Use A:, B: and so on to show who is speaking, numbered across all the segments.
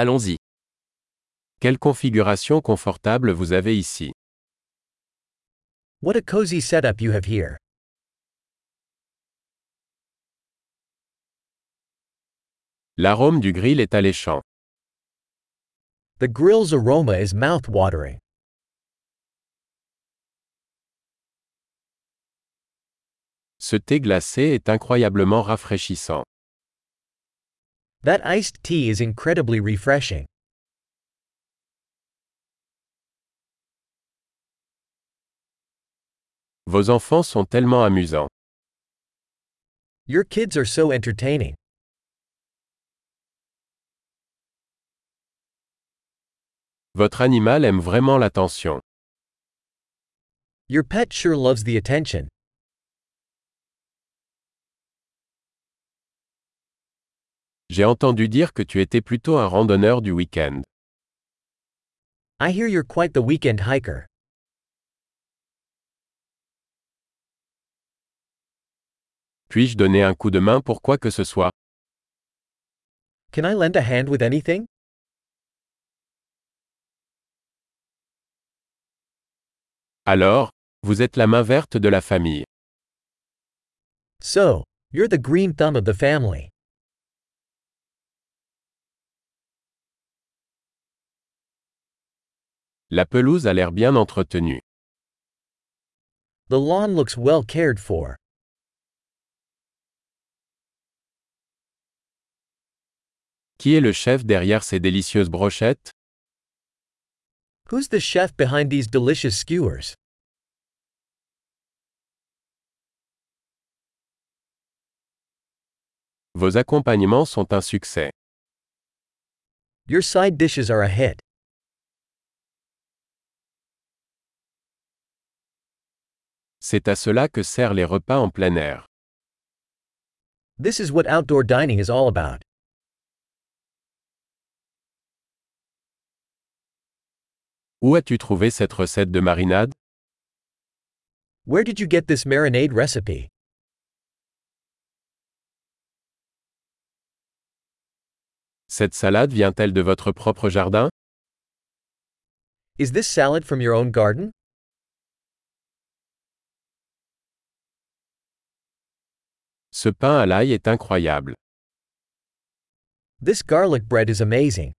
A: Allons-y.
B: Quelle configuration confortable vous avez ici.
C: What a cozy setup you have here.
B: L'arôme du grill est alléchant.
C: The grill's aroma is mouth-watering.
B: Ce thé glacé est incroyablement rafraîchissant.
C: That iced tea is incredibly refreshing.
B: Vos enfants sont tellement amusants.
C: Your kids are so entertaining.
B: Votre animal aime vraiment l'attention.
C: Your pet sure loves the attention.
B: J'ai entendu dire que tu étais plutôt un randonneur du week-end.
C: I hear you're quite the weekend hiker.
B: Puis-je donner un coup de main pour quoi que ce soit
C: Can I lend a hand with anything?
B: Alors, vous êtes la main verte de la famille.
C: So, you're the green thumb of the family.
B: La pelouse a l'air bien entretenue.
C: The lawn looks well cared for.
B: Qui est le chef derrière ces délicieuses brochettes
C: Who's the chef behind these delicious skewers?
B: Vos accompagnements sont un succès.
C: Your side dishes are a hit.
B: C'est à cela que servent les repas en plein air.
C: This is what outdoor dining is all about.
B: Où as-tu trouvé cette recette de marinade
C: Where did you get this marinade recipe?
B: Cette salade vient-elle de votre propre jardin
C: Is this salad from your own garden?
B: Ce pain à l'ail est incroyable.
C: This garlic bread is amazing.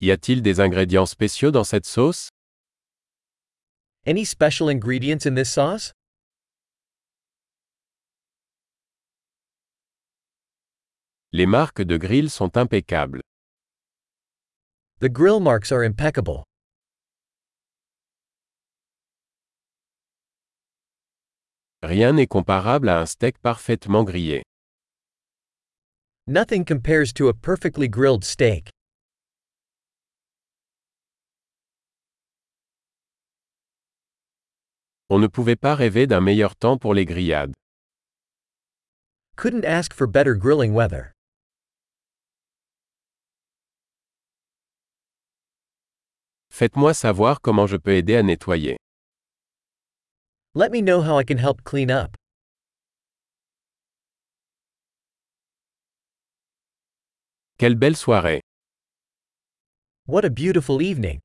B: Y a-t-il des ingrédients spéciaux dans cette sauce
C: Any special ingredients in this sauce?
B: Les marques de grill sont impeccables.
C: The grill marks are impeccable.
B: Rien n'est comparable à un steak parfaitement grillé.
C: Nothing compares to a perfectly grilled steak.
B: On ne pouvait pas rêver d'un meilleur temps pour les grillades.
C: Couldn't ask for better grilling weather.
B: Faites-moi savoir comment je peux aider à nettoyer.
C: Let me know how I can help clean up.
B: Quelle belle soirée
C: What a beautiful evening!